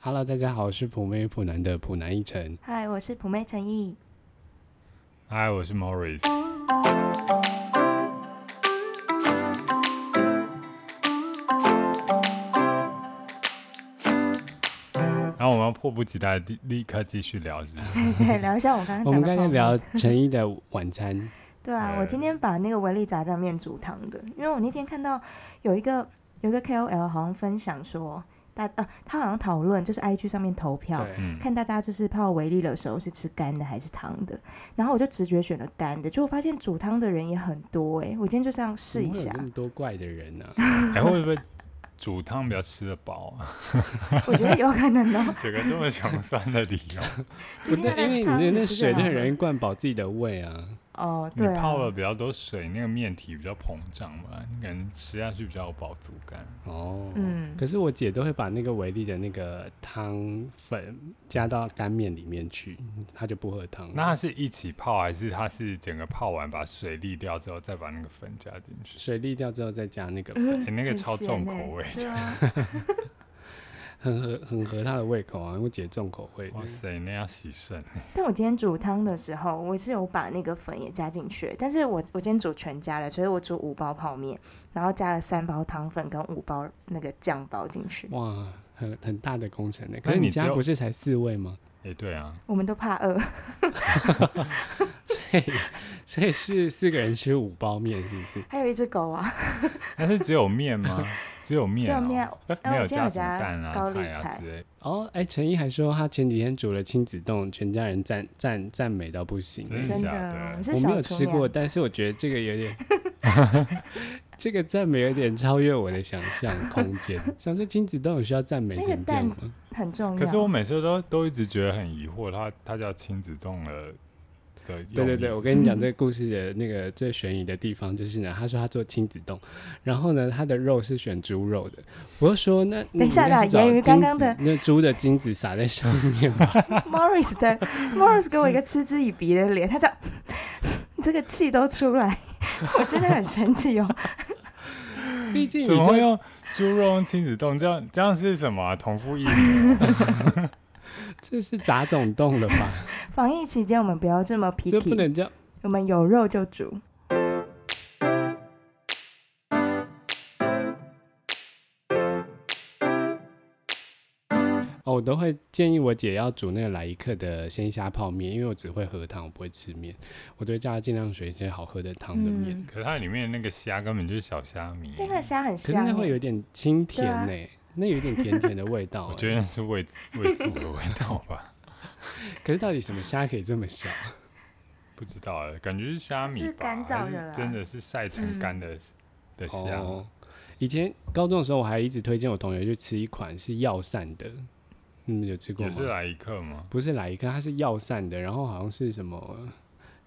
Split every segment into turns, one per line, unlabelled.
Hello，大家好，我是普妹普南的普南一晨。
嗨，我是普妹陈毅。
嗨，我是 Morris。然后我们要迫不及待地立刻继续聊，是不 是？
对，聊一下我刚刚
我
讲
们
的泡
刚
面。
才聊陈一的晚 餐，
对啊，
呃
我今天把那个维力炸酱面煮汤的，因为我那天看到有一个有一个 KOL 好像分享说，大呃，他好像讨论就是 IG 上面投票，
对，
嗯，
看大家就是泡维力的时候是吃干的还是汤的，然后我就直觉选了干的，结果发现煮汤的人也很多诶、我今天就这样试
怎
一
么会有
下
那，么多怪的人呢、
还哎会不会煮汤比较吃得饱啊？
我觉得有可能 哦、
这个这么穷酸的理 由，
不
毕竟
对，
它的
因为你
汤
那
不
那
是
水
很
就
好
很容易灌饱自己的胃啊。
哦，
你
对啊，
泡了比较多水，那个面体比较膨胀嘛，你可能吃下去比较有饱足感。
哦，
嗯
可是我姐都会把那个维力的那个汤粉加到干面里面去，她就不喝汤。
那它是一起泡，还是它是整个泡完把水沥掉之后再把那个粉加进去？
水沥掉之后再加那个粉，
嗯
欸那个
很
超
咸
重
欸
口味的
对 啊，
很合很合她的胃口啊。我姐重口味的
哇，塞，那要洗肾。
但我今天煮汤的时候，我是有把那个粉也加进去，但是我我今天煮全家了，所以我煮五包泡面，然后加了三包汤粉跟五包那个酱包进去。
哇，很很大的工程呢。可是
那
你
你只
家
有
不是才四位吗？
哎、对啊，
我们都怕饿，
所以所以是四个人吃五包面，是不是？
还有一只狗啊，
但是只有面吗？只有 面、
只
哦，
有面。哎
没
我
有
今天
加
有
什么
加
蛋啊、
高丽
菜啊
菜
之类。
哦，哎，陈毅还说他前几天煮了亲子冻，全家人赞赞赞美到不行。
真
真
假的
的，我是
我
小
没有
厨
吃过，
娘
但是我觉得这个有 点，这个赞美有点超越我的想象空 间。想说亲子冻有需要赞美
那个
成这样
蛋
吗？
很重要。
可是我每次都都一直觉得很疑惑，它它叫亲子粽了的用意是什
对
么。
对对，我跟你讲这个故事的那个最悬疑的地方就是呢，他说他做亲子冻，然后呢他的肉是选猪肉的，我就说那
等一下啦
言
言语刚刚的
那猪的精子撒在上面吧，
Morris 的 Morris 给我一个嗤之以鼻的脸，他讲 你这个气都出来， 我真的很生气哦。
毕竟你
怎么会
这
用猪肉用亲子冻？这样这样是什么啊、同父异母？
这是杂种冻了吧，
防疫期间我们不要这么
这不
picky，
能叫
我们有肉就煮。
哦，我都会建议我姐要煮那个来一克的鲜虾泡面，因为我只会喝汤，我不会吃面，我都会叫她尽量选一些好喝的汤的面，
嗯
可是它里面那个虾根本就是小虾米，
但那虾很
可是
香耶，
那会有点清甜呢、
对
那有点甜甜的味道、
我
欸，
觉得那是味味 素的味道吧？
可是到底什么虾可以这么小？
不知道哎，感觉是虾米
是
吧？
干燥
还
的啦嗯
是真的是晒成干的、的虾？
哦，以前高中的时候，我还一直推荐我同学去吃一款是药膳的，你们有吃过
也
吗？
是来一克吗？
不是来一个，它是药膳的，然后好像是什么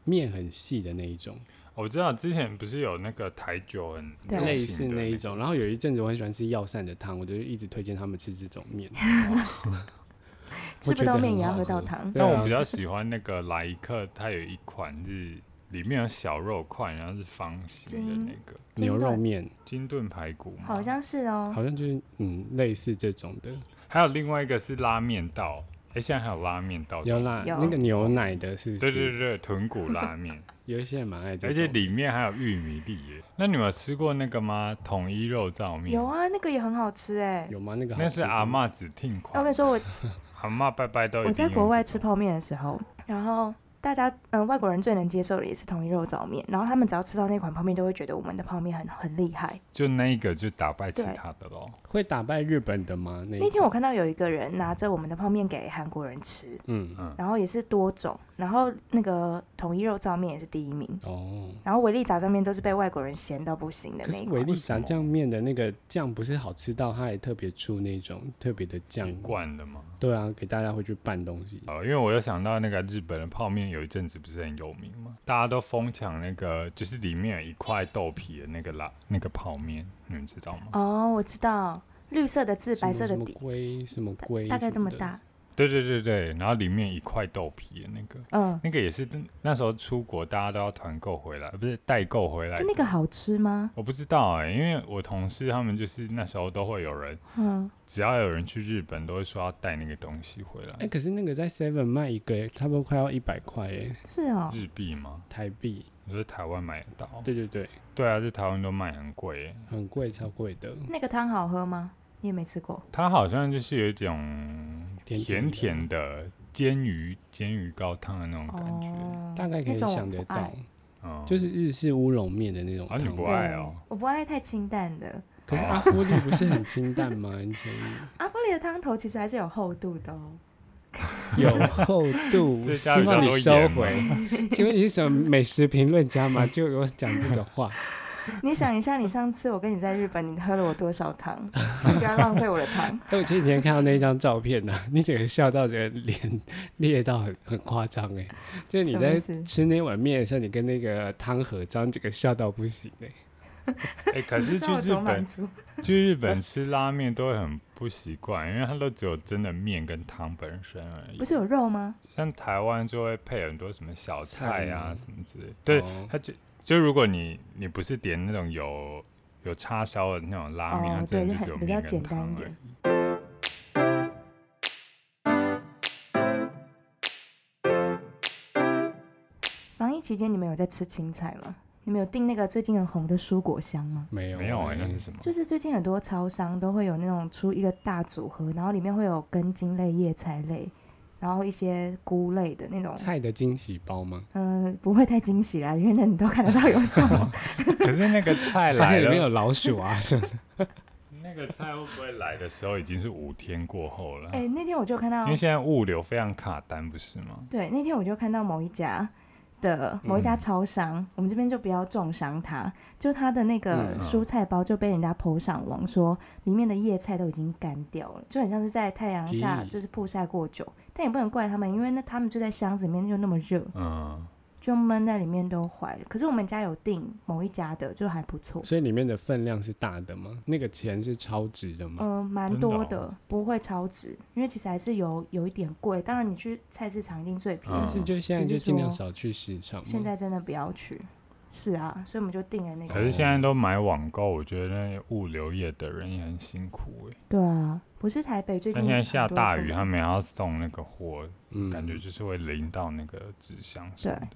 面很细的那一种，
我知道之前不是有那个台酒很
对
流
类
行
似
的
那一
个
种。然后有一阵子我很喜欢吃药膳的汤，我就一直推荐他们吃这种面。
吃不到面也要喝到汤。
对
但
啊
我比，较喜欢那个莱伊克，它有一款是里面有小肉块，然后是方形的那个
牛肉面
金盾排骨嘛，
好像是哦，
好像就是嗯类似这种的，
还有另外一个是拉面道，哎、现在还有拉面道，
有啦，
有
那个牛奶的是不是？
对对对，豚骨 拉面，
有一些人蛮爱这种，
而且里面还有玉米粒耶。那你们有吃过那个吗？统一肉燥面
有，啊，那个也很好吃哎。
有啊吗？那个好
那
吃
是阿
吗
嬷只听
我
款
跟 你，说，我
阿嬷拜拜都一
哦我
定
在
用
国外
这
吃
种
泡面的时候，然后大家嗯、外国人最能接受的也是统一肉燥面，然后他们只要吃到那款泡面，都会觉得我们的泡面很很厉害。
就那一个就打败其
对
他的喽。
会打败日本的吗？那一
那天我
款
看到有一个人拿着我们的泡面给韩国人吃，
嗯
嗯，
然后也是多种，然后那个统一肉燥面也是第一名，
哦。
然后维力炸酱面都是被外国人嫌到不行的
可
那
是
一
维
款。
力
为什
炸
么
酱面的那个酱不是好吃到，它还特别出那种特别的酱
一。罐的吗？
对啊，给大家会去拌东西。
哦，因为我又想到那个日本的泡面，有一阵子不是很有名吗？大家都疯抢那个，就是里面有一块豆皮的那个拉那个泡面，你们
哦
知道吗？
哦，我知道，绿色的字，白色的
什么
底，
龟，什么
大
龟，
大概这么大。。
对对对对，然后里面一块豆皮的那个，
嗯，
那个也是那时候出国大家都要团购回来，不是代购回
哦
来的。
那个好吃吗？
我不知道哎、因为我同事他们就是那时候都会有人，
嗯，
只要有人去日本，都会说要带那个东西回来。
哎、可是那个在 Seven 卖一个耶，差不多快要一百块耶，
是哦，
日币吗？
台币。
我在台湾买得到。
对对对，
对啊，在台湾都卖很贵欸耶。
很贵，超贵的。
那个汤好喝吗？你也没吃过，
它好像就是有一种
甜
甜
甜
甜的煎鱼煎鱼高汤的那种感觉。
哦，
大概可以
那种我
想得
不
到
爱，
嗯，
就是日式乌龙面的那种
啊
汤
你
底。
不爱哦
对我不爱太清淡的。
可是阿芙丽不是很清淡吗？以 前
阿布里的汤头其实还是有厚度的哦。
有厚度，
所以
希
加了
望
比
你
较多
收
盐
回。请问你是什么美食评论家吗？就给我讲这种话。
你想一下，你上次我跟你在日本，你喝了我多少汤？ 你不要浪费我的汤。
哎、我前几天看到那一张照片呢、你整个笑到这个脸裂到很很夸张哎，就是你
什么
在
意思
吃那碗面的时候，你跟那个汤合张，整个笑到不行哎、
哎、可
你
是
知
去
道我
日
多满
本
足？
去日本吃拉面都会很不习惯，因为它都只有真的面跟汤本身而已
不。是有肉吗？
像台湾就会配很多什么小菜
菜
啊
吗
什么之类的。对，
哦
它就就如果你你不是点那种有有叉烧的那种拉面，
哦
它真的
对就
就只有
很比较
面跟
简单
汤
一
而
点
已。
防疫期间你们有在吃青菜吗？你们有订那个最近很红的蔬果箱吗？
没有啊
没有哎、那是 什么？
就是最近很多超商都会有那种出一个大组合，然后里面会有根茎类、叶菜类，然后一些菇类的那种。
菜的惊喜包吗？
嗯、不会太惊喜啦，因为那你都看得到有什 么。
可是那个 菜
发
来
现里面有
了，
老鼠啊什么的，
那个菜会不会来的时候已经是五天过后了？
哎、那天我就看到
因为，现在物流非常卡单，不是吗？
对，那天我就看到某一家的某一家
嗯
超商，我们这边就不要重伤它，就它的那个
嗯
蔬菜包就被人家剖上网说里面的叶菜都已经干掉了，就很像是在太阳下
咦
就是曝晒过久，但也不能怪他们，因为那他们就在箱子里面就那么热，哦
嗯，
就闷在里面都坏了。可是我们家有订某一家的，就还不错，
所以里面的分量是大的吗？那个钱是超值的吗？
嗯、蛮
真的
多
哦
的，不会超值，因为其实还是有有一点贵。当然你去菜市场一定最便宜，
嗯
但是就现在
哦只
就是尽量
说
少去市场嘛。
现在真的不要去。是啊，所以我们就订了那个。
可是现在都买网购，我觉得那些物流业的人也很辛苦哎、
对啊，不是台北最近
但现在
很
下
多
大
不
雨，他们也要送那个货，
嗯
感觉就是会淋到那个纸箱上。
对，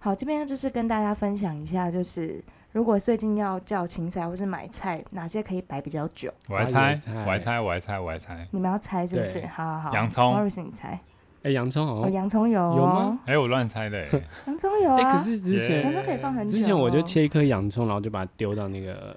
好，这边就是跟大家分享一下，就是如果最近要叫青菜或是买菜，哪些可以摆比较久？
我还
花椰
猜，
菜
我还猜，我还猜，我还猜。
你们要猜是不是？
对
好好好，
洋葱
Morris 你猜
哎，洋葱好
哦，
像
洋葱有
有
哦
吗，
哎、我乱猜的、欸。
洋葱有
哎，
啊
可，是之
耶
前
洋葱可以放很久。哦
之前我就，切一颗洋葱，然后就把它丢到那个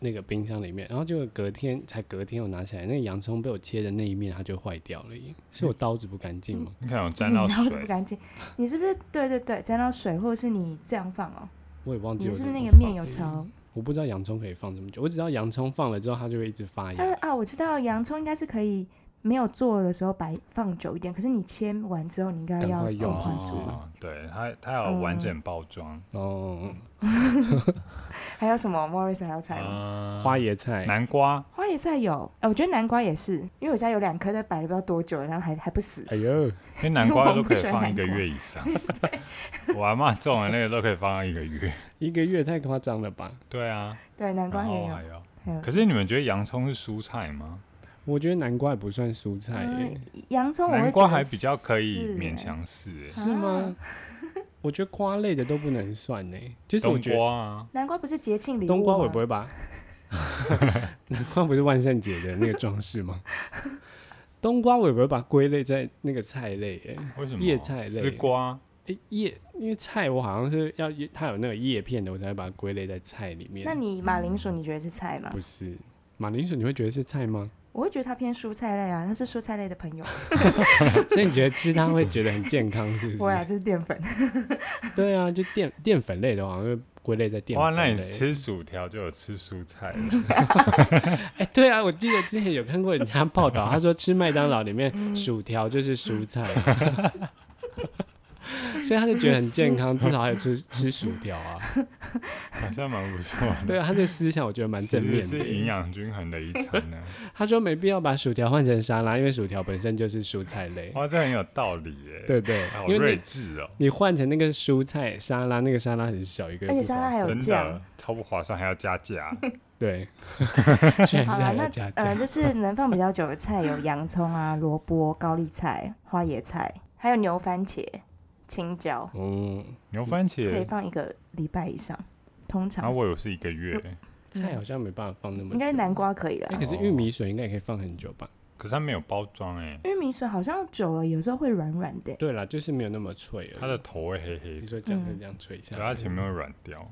那个冰箱里面，然后结果隔天才隔天我拿起来，那个洋葱被我切的那一面它就坏掉了耶，是
嗯
我刀子不干净吗？
你可能有沾
你
到
然后
水
不，干净，你是不是？对对对，沾到水，或者是你这样放哦，
我也忘记
你
我
是
怎
不是
么
那
放哎
个面有
的
潮？
我不知道洋葱可以放这么久，我只知道洋葱放了之后它就会一直发
它
芽
的。啊，我知道洋葱应该是可以没有做的时候摆放久一点，可是你切完之后，你应该
赶
要
快
尽
用
快
是
处
不
理
是。
哦，对，它它有完整包装。
哦，
还有什么？Morris 还要猜吗？
嗯，
花椰菜，
南瓜，
花椰菜有，哎、我觉得南瓜也是，因为我家有两颗在摆了不知道多久了，然后还还不死。
哎呦，
因为南瓜都可
我不
以
喜欢
放一个
南瓜
月以 上。我阿妈种的那个都可以放一个月。
一个月太夸张了吧？
对啊，
对，南瓜
然
也
后
有
还，有，
还有。
可是你们觉得洋葱是蔬菜吗？
我觉得南瓜也不算蔬菜耶，
嗯洋葱我会
南瓜
觉得
还比较可以
是
勉
哎
强是、欸，
是
啊
吗？ 我觉得瓜类的都不能算呢，就是我
冬
觉得
瓜啊，
南瓜不是节庆礼物啊
冬瓜我也
吗
不会 拔，南瓜不是万圣节的那个装饰吗？冬瓜我也不会把它归类在那个菜类耶、
为什么？
叶菜类
丝瓜，
诶叶，因为菜我好像是要它有那个叶片的，我才会把它归类在菜里面。
那你啊马
嗯
铃薯你觉得是菜吗
不？是马铃薯，你会觉得是菜吗？
我会觉得它偏蔬菜类啊，它是蔬菜类的朋友。
所以你觉得吃它会觉得很健康，是不
我俩
是？
就是淀 粉。
对啊，就淀淀粉类的，好像会归类在淀
哇，
粉
那
类。
你吃薯条就有吃蔬菜了，
哎、对啊，我记得之前有看过人家报
嗯
道，他说吃麦当劳里面薯条就是蔬菜。所以他就觉得很健康，至少还有吃吃薯条啊。
好像蛮不错的。
对啊，他这思想我觉得蛮正面
其实
的。
是营养均衡的一啊 餐呢、
他说没必要把薯条换成沙拉，因为薯条本身就是蔬菜类。
哇，这很有道理耶、哎
对对，
哦好
因为
睿
你
智哦、
你换成那个蔬菜沙拉，那个沙拉很小一个，
而且沙拉还有
真
酱
的。超不划算，还要 加价。
对，居然是
好啦，
还要
那
加
呃，
酱。
就是能放比较久的菜 有洋葱啊、萝卜、高丽菜、花椰菜，还有牛番茄、青椒，
嗯，
牛番
可以
茄，
放一个礼拜以上，通
然后
常
我有是一个月，
菜好像没办法放那么久。
应该南瓜可以
哎、
了。
可是玉米笋应该也可以放很久吧？
可是它没有包装哎、
玉米笋好像久了有时候会软软的，
对啦，就是没有那么脆而已。
它的啊头会黑黑
你
的，
说这样就
嗯
这样吹一下
所
来，
以它前面会软掉。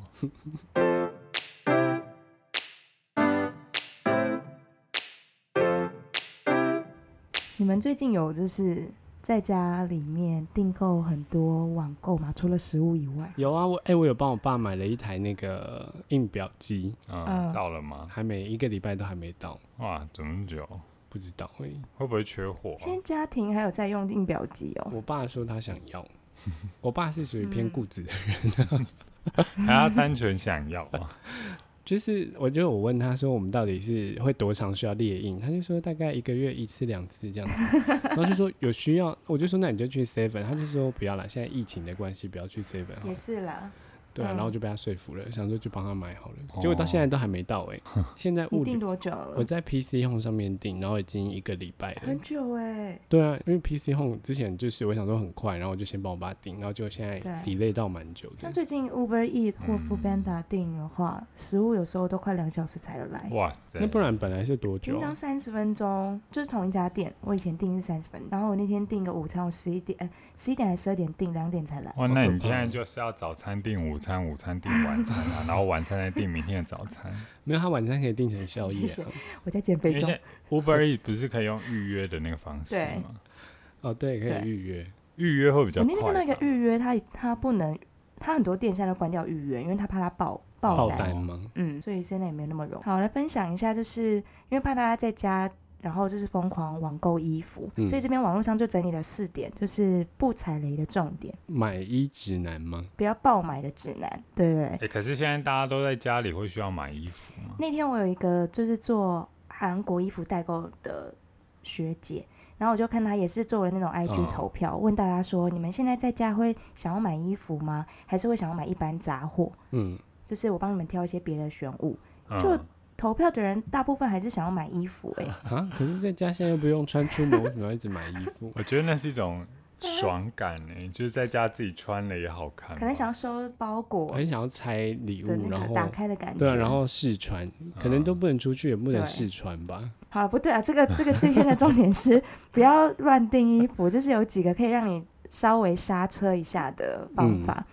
你们最近有就是在家里面订购很多网购嘛？除了食物以外，
有啊，我哎、我有帮我爸买了一台那个印表机，
嗯，
嗯
到了吗？
还没一个礼拜都还没到，
哇，怎么久？
不知道哎、
会不会缺货啊、
现在家庭还有在用印表机哦。
我爸说他想 要，我爸是属于偏
嗯
固执的人，
还要单纯想要啊？
就是我觉得我问他说我们到底是会多长需要列印，他就说大概一个月一次两次这样 子，然后就说有需要，我就说那你就去 seven，他就说不要啦，现在疫情的关系不要去 seven 好
也
了，
是啦，
对啊，
嗯
然后就被他说服了，想说就帮他买好了，
哦
结果到现在都还没到 哎、现在
你
物
订
流
多久
我
了？
在 PC Home 上面订，然后已经一个礼拜了，
很久哎、
对啊，因为 PC Home 之前就是我想说很快，然后我就先帮我爸订，然后就现在
对
delay 到蛮久
像
的。
最近 Uber E 或
嗯
Food Panda 订的话，食物有时候都快两小时才有来。
哇塞！
那不然本来是多久
平
啊？
常三十分钟，就是同一家店。我以前订是三十分，然后我那天订个午餐，我十一点，呃，十一点还是十二点订，两点才来。
哇，
可
那你
怕
现在
哦
就是要早餐订午餐，午餐订晚 餐啊，然后晚餐再订明天的早餐。
没有，他晚餐可以订成宵夜、
谢谢
啊。
我在减肥
因为
中
现，在 Uber E 不是可以用预约的那个方式
对
吗？
哦，对，可以
对
预约。
预约会比较
我那天
快
看
啊
到一个
吧。
预约，他他不能，他很多店现在都关掉预约，因为他怕他爆爆
爆
单。
单吗？
嗯，所以现在也没有那么容易。好，来分享一下，就是因为怕大家在家，然后就是疯狂网购衣服，
嗯
所以这边网络上就整理了四点，就是不踩雷的重点，
买衣指南吗？
不要爆买的指南。对对对
哎、可是现在大家都在家里会需要买衣服吗？
那天我有一个就是做韩国衣服代购的学姐，然后我就看她也是做了那种
嗯
IG 投票，问大家说你们现在在家会想要买衣服吗？还是会想要买一般杂货？
嗯，
就是我帮你们挑一些别的选物。
嗯、
就投票的人大部分还是想要买衣服、 欸，
啊，可是在家现在又不用穿出门，为什么要一直买衣 服？
我觉得那是一种爽感呢、就是在家自己穿了也好看吧。啊
可能想要收包
我
裹
很想要拆礼
的
物，
那
哎然
个打
后
开的感觉。
对啊，然后试穿，可能都不能出去，也不能
对
试穿吧。
好了，不对啊，这个这个这边的重点 是不要乱订衣服，就是有几个可以让你稍微刹车一下的
嗯
方法。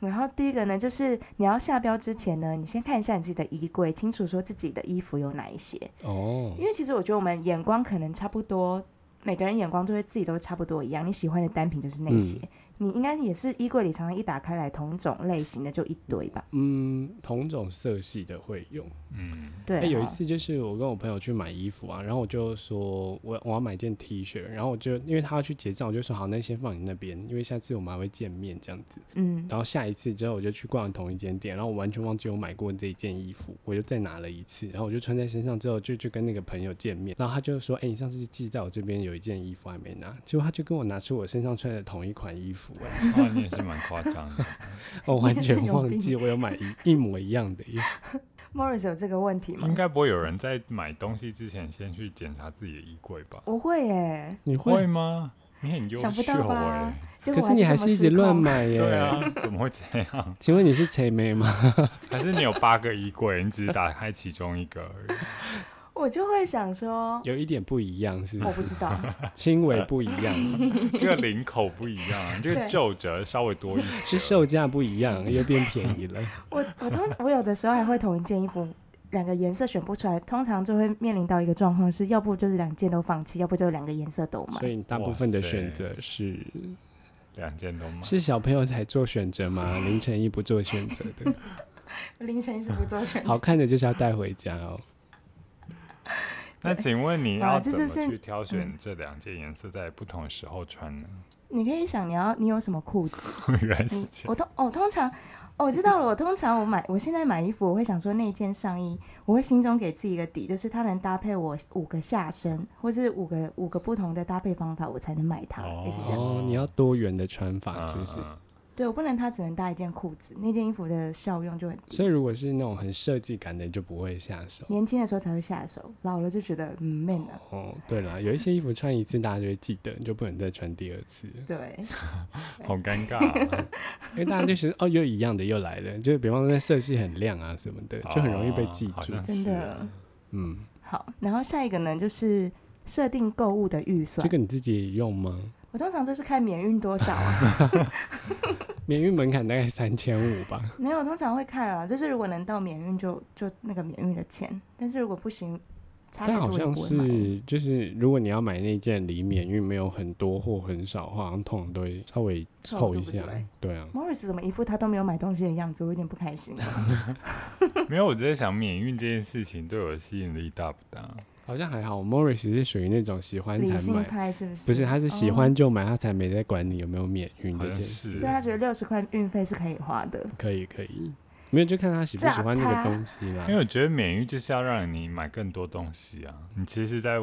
然后第一个呢，就是你要下标之前呢，你先看一下你自己的衣柜，清楚说自己的衣服有哪一些。
哦
因，为其实我觉得我们眼光可能差不多，每个人眼光都会自己都差不多一样。你喜欢的单品就是那
嗯
些，你应该也是衣柜里常常一打开来同种类型的就一堆吧？
嗯，同种色系的会用。
嗯，
对、
欸有一
哦
次就是我跟我朋友去买衣服啊，然后我就说我我要买件 T 恤，然后我就因为他要去结账，我就说好，那先放你那边，因为下次我们还会见面这样子。
嗯，
然后下一次之后我就去逛同一间店，然后我完全忘记我买过这一件衣服，我就再拿了一次，然后我就穿在身上之后就就跟那个朋友见面，然后他就说，哎、你上次寄在我这边有一件衣服还没拿，结果他就跟我拿出我身上穿的同一款衣服、哎，
哇，你也是蛮夸张 的。
我完
你也是
全
有
忘
病
记我有买一一模一样的衣服。
Morris 有这个问题吗
应？该不会有人在买东西之前先去检查自己的衣柜吧？
我会耶、
你
会
会？
吗？你很优秀
想不到吧
哎、
结
可
果我
是你
还
还
这
是
么
一直
失控
乱买耶、
对啊，怎么会这样？
请问你是谁妹吗？
还是你有八个衣柜，你只是打开其中 一个而已？
我就会想说，
有一点不一样，是不
我
是
不知道，
轻微不一样，
这个领口不一样啊，这个
对
皱褶稍微多一点。
是售价不一样， 又变便宜了。
我我通我有的时候还会同一件衣服。两个颜色选不出来，通常就会面临到一个状况是，要不就是两件都放弃，要不就两个颜色都买
所。以大部分的选择是
两件都买，
是小朋友才做选择 吗？凌晨一不做选择的，
凌晨一直不做选择。
好看的就是要带回家哦。
那请问你
哇
要
这
怎
就
么
是
去挑选这两件颜色在不同时候穿呢？
你可以想你要你有什么裤子？
原来是
你
这样，
我通哦，通常哦，我知道了。我通常我买，我现在买衣服，我会想说那一件上衣，我会心中给自己一个底，就是它能搭配我五个下身，或是五个五个不同的搭配方法，我才能买它，也是这样。
哦，你要多元的穿法，是不是？
嗯
对我不能它只能搭一件裤子，那件衣服的效用就很低。
所以如果是那种很设计感的，你就不会下手。
年轻的时候才会下手，老了就觉得嗯 man 了。
哦，对啦，有一些衣服穿一次大家就会记得，你就不能再穿第二次了，
对，
嗯好尴尬啊，
因为大家就觉得哦，又一样的又来了，就是比方说那色系很亮啊什么的，就很容易被记
哦好
住。
像
真
是
的
嗯，
好。然后下一个呢，就是设定购物的预算。
这个你自己也用吗？
我通常就是看免运多少啊。
免运门槛大概三千五吧。
没有，通常会看啊，就是如果能到免运就就那个免运的钱，但是如果不行，差太
但
多
好
也
像
不会买。
是，就是如果你要买那件离免运没有很多或很少的话，好像通常都会稍微
凑
凑一
对不
下
对。
对啊，
Morris 怎么一副他都没有买东西的样子，我有点不开心。啊
没有，我只是想免运这件事情对我的吸引力大不大？
好像还好。Morris 是属于那种喜欢
理
才
性
买，
派是不是？
不是，他是喜
哦
欢就买，他才没在管你有没有免运
好
这
像
件
是
事。
所以他觉得六十块运费是可以花的。
可以可以，没有就看他喜不
这
喜欢那个东西啦
因。为我觉得免运就是要让你买更多东西啊，你其实，在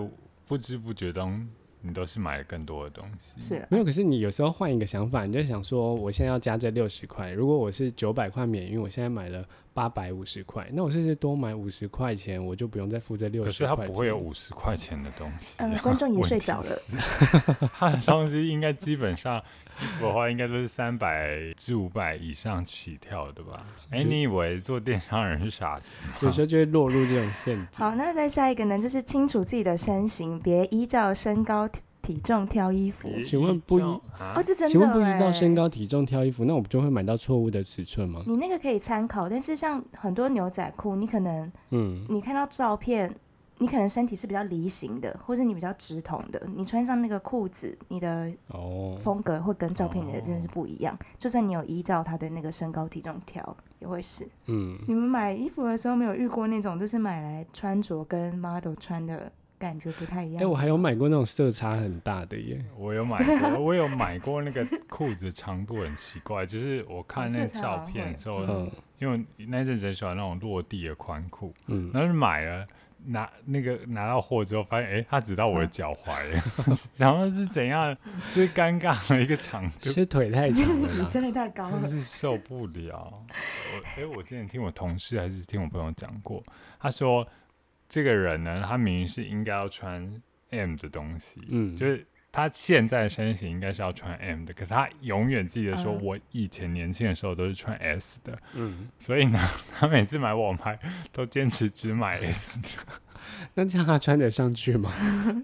不知不觉中，你都是买了更多的东西。
是，
没有，可是你有时候换一个想法，你就想说，我现在要加这六十块，如果我是九百块免运，我现在买了八百五十块，那我是不是多买五十块钱，我就不用再付这六
可
十
是
块
它
钱？
不会有五十块钱的东西、
呃
啊。，
观众也
问
睡
题
着了。
是 它的东西应该基本上，衣服的话应该都是三百至五百以上起跳的吧？哎、
就
你以为做电商人是傻子吗？
有时候就会落入这种陷阱。
好，那再下一个呢，就是清楚自己的身形，别依照身高体体重挑衣服。
咦
请问不一
哦，
啊？
这真的
请问不依照
欸
身高体重挑衣服，那我们就会买到错误的尺寸吗？
你那个可以参考，但是像很多牛仔裤，你可能
嗯，
你看到照片，你可能身体是比较梨形的，或是你比较直筒的，你穿上那个裤子，你的
哦，
风格会跟照片里的真的是不一样。就算你有依照他的那个身高体重调，也会是。
嗯，
你们买衣服的时候没有遇过那种，就是买来穿着跟 model 穿的感觉不太一
哎、
样？
我还有买过那种色差很大的耶，
我有买过，我有买过那个裤子长度很奇怪，就是我看那
色差好
照
像
片的时候，
嗯
因为那阵子很喜欢那种落地的宽裤，
嗯，
然后就买了，拿那个拿到货之后，发现哎，诶它只到我的脚踝， 然后是怎样，就是尴尬的一个场景，
是腿太长了
你
啦。
真的太高
真
了，
是受不了。我哎，我之前听我同事还是听我朋友讲过，他说这个人呢，他明明是应该要穿 M 的东西，
嗯
就是。他现在的身形应该是要穿 M 的，可是他永远记得说，
嗯
我以前年轻的时候都是穿 S 的，
嗯，
所以呢， 他每次买网拍都坚持只买 S 的。
那这样他穿得上去吗？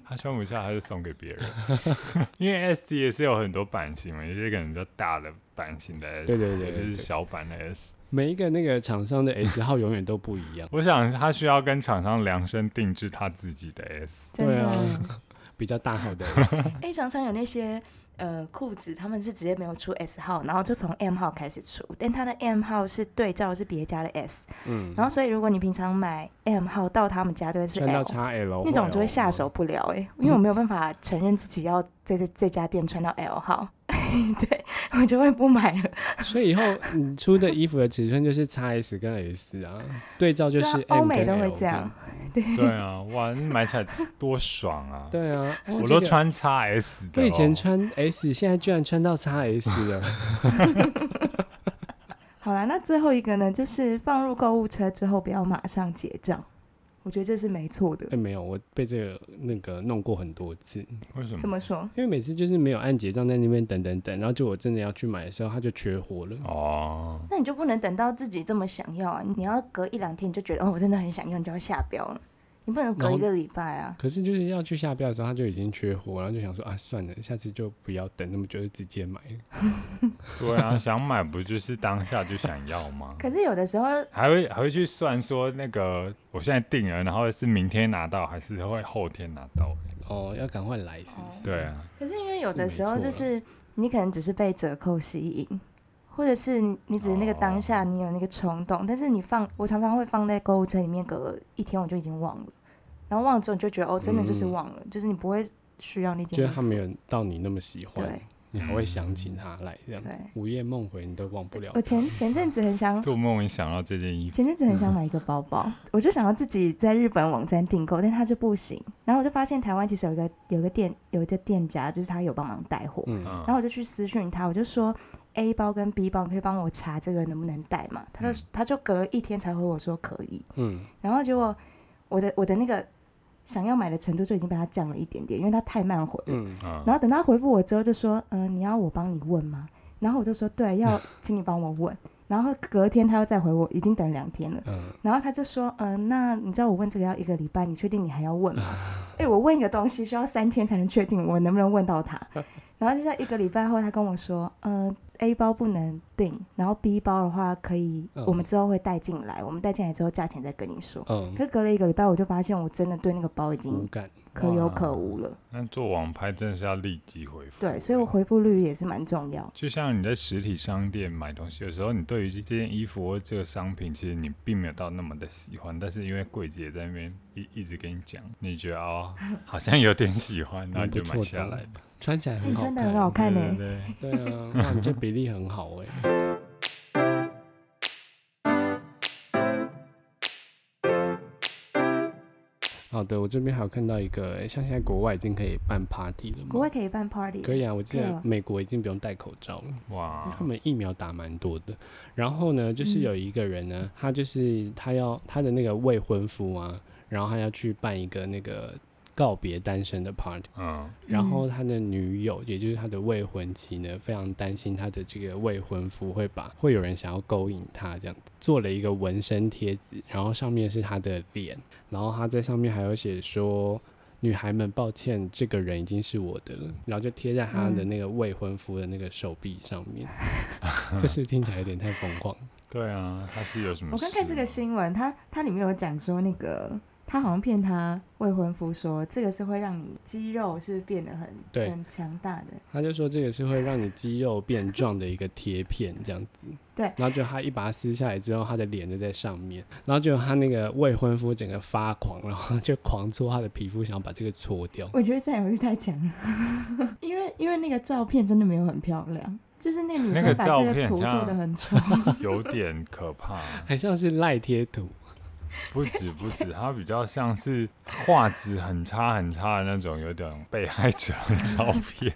他穿不下，他就送给别人。 因为 S D 也是有很多版型嘛，有些可能比较大的版型的 S，
对对对
有些
对
是
对
小版的 S。
每一个那个厂商的 S 号永远都不一样，
我想他需要跟厂商量身定制他自己的 S。
真
对
的
啊。比较大号的 S，
哎、常常有那些呃裤子，他们是直接没有出 S 号，然后就从 M 号开始出，但它的 M 号是对照是别家的 S，
嗯，
然后所以如果你平常买 M 号到他们家都会是
穿到
L，
叉 L 哦
那种
或
就会
L
下手不了哎、因为
嗯
我没有办法承认自己要在这这家店穿到 L 号， 对我就会不买了。
所以以后你出的衣服的尺寸就是叉 S 跟 S 啊，对照就是
对啊
M
欧美
跟
都会
L
这样
子。
对啊，哇，那买起来多爽啊！
对啊，哦
我
这
都
个
穿 x S 的、
我
哦。
以前穿 S，现在居然穿到叉 S 了。
好啦，那最后一个呢，就是放入购物车之后不要马上结账，我觉得这是没错的
哎、。没有，我被这个那个弄过很多次，因
为什
怎
么？
么说？
为每次就是没有按结账在那边等等等，然后就我真的要去买的时候，它就缺货了。
哦，
那你就不能等到自己这么想要啊！你要隔一两天你就觉得哦，我真的很想要，你就要下标了。你不能隔
然后
一个礼拜啊！
可是就是要去下标的时候，它就已经缺货，然后就想说啊，算了，下次就不要等那么久，就直接买了。
对啊，想买不就是当下就想要吗？
可是有的时候，
还会还会去算说那个我现在定了，然后是明天拿到还是会后天拿到？
哦，要赶快来，是不是？
对啊，
可是因为有
是
的
没
时候
错
就
啦
是你可能只是被折扣吸引，或者是你你只是那个
哦
当下你有那个冲动，但是你放我常常会放在购物车里面，隔一天我就已经忘了。然后忘了之后你就觉得哦，真的
嗯
就是忘了，就是你不会需要那件
就
衣
是
服。
他没有到你那么喜欢
对，
你还会想起他来这样
对
子。，午夜梦回你都忘不了
我。前前阵子很想
做梦也想到这件衣服，
前阵子很想买一个包包，我就想要自己在日本网站订购，但它就不行。然后我就发现台湾其实有一个有一个店有一个店家，就是他有帮忙带货。
嗯，
嗯
然后我就去私讯他，我就说 A 包跟 B 包，你可以帮我查这个能不能带嘛？他就、
嗯
他就隔一天才回我说可以。
嗯，
然后结果我的我的那个想要买的程度就已经被他降了一点点，因为他太慢回了。
嗯，
嗯，
然后等他回复我之后，就说：“嗯、你要我帮你问吗？”然后我就说：“对， 要请你帮我问。”然后隔天他又再回我，已经等两天了。
嗯
然后他就说：“嗯、那你知道我问这个要一个礼拜，你确定你还要问吗？” 哎、我问一个东西需要三天才能确定我能不能问 到他。然后就在一个礼拜后，他跟我说：“嗯、a 包不能订，然后 B 包的话可以，
嗯
我们之后会带进来，我们带进来之后价钱再跟你说。”
嗯，
可是隔了一个礼拜，我就发现我真的对那个包已
无
经
感。
可有
哇
可无了。
那做网拍真的是要立即回复。
对，所以我回复率也是蛮重
嗯
要。
就像你在实体商店买东西，有时候你对于这件衣服或这个商品，其实你并没有到那么的喜欢，但是因为柜姐在那边一一直跟你讲，你觉得哦，好像有点喜欢，然后你就买下来了。
穿起来很好
嗯
看，
真的很好看
对
呢、
对对，
对啊，哇，你这比例很好哎、好的，我这边还有看到一个、欸，像现在国外已经可以办 party 了嘛？
国外可以办 party，
可以啊，我记
可以
得
啊
美国已经不用戴口罩了，因为
哇
他，们疫苗打蛮多的。然后呢，就是
嗯
有一个人呢，他就是他要他的那个未婚夫啊，然后他要去办一个那个告别单身的 party。
嗯，
然后他的女友，也就是他的未婚妻呢，非常担心他的这个未婚夫会把会有人想要勾引他，这样做了一个纹身贴纸，然后上面是他的脸，然后他在上面还有写说。女孩们，抱歉，这个人已经是我的了，然后就贴在他的那个未婚夫的那个手臂上面， 这是听起来有点太疯狂。
对啊，他是有什么？
我刚看这个，新闻，它它里面有讲说那个。他好像骗他未婚夫说，这个是会让你肌肉是变得很
对
很强大的。
他就说这个是会让你肌肉变壮的一个贴片，这样子。
对
然后就他一把它撕下来之后，他的脸就在上面，然后就他那个未婚夫整个发狂，然后就狂搓他的皮肤，想把这个搓 掉。
我觉得占有欲太强了， 因为因为那个照片真的没有很漂亮，就是那个女
那个
生把
照
这个
片
图
像
做的很 丑。
有点可怕，
很像是赖贴图，
不止不止，他比较像是画质很差很差的那种，有点被害者的照片。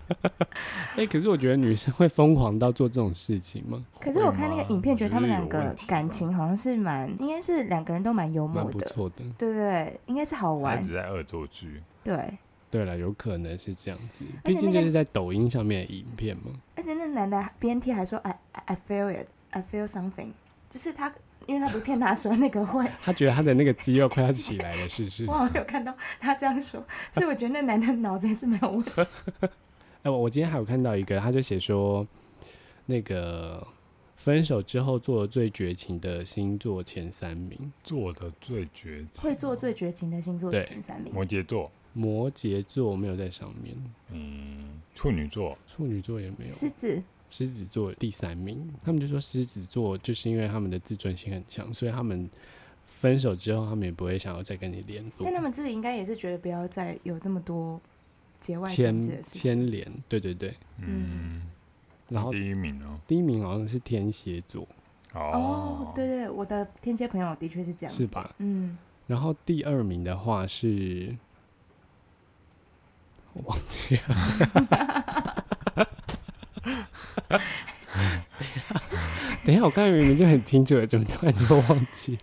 哎、可是我觉得女生会疯狂到做这种事情吗？
可是我看那个影片，觉
会
得他
吗
们两
我觉得
个
有问题吧啊
感情好像是蛮，应该是两个人都蛮幽
蛮
默
不
的，
错的。
对对对，应该是好
他
玩
一，直在恶作剧，
对。
对了，有可能是这样子，
而且
毕竟
那个
这是在抖音上面的影片嘛。
而且那男的边贴还说 I I- I feel it, I feel something，就是他，因为他不是骗他说那个会，
他觉得他的那个肌肉快要起来了，是不是？
我好像有看到他这样说，所以我觉得那男的脑子也是没有问题。
哎、我今天还有看到一个，他就写说，那个分手之后做的最绝情的星座前三名，
做的最绝情，
会做最绝情的星座
对
前三名，
摩羯座，
摩羯座没有在上面，
嗯，处女座，
处女座也没有，
狮子，
狮子座第三名。他们就说狮子座就是因为他们的自尊心很强，所以他们分手之后，他们也不会想要再跟你联络
但，他们自己应该也是觉得不要再有那么多节外
牵
生枝的事情。
牵连，对对对。
嗯
嗯，
然后
第一名哦呢？
第一名好像是天蝎座，
哦，对对，我的天蝎朋友的确是这样子
是吧？
嗯，
然后第二名的话是，我忘记了。 等一下，我刚才明明就很清楚了，怎么突然就忘记？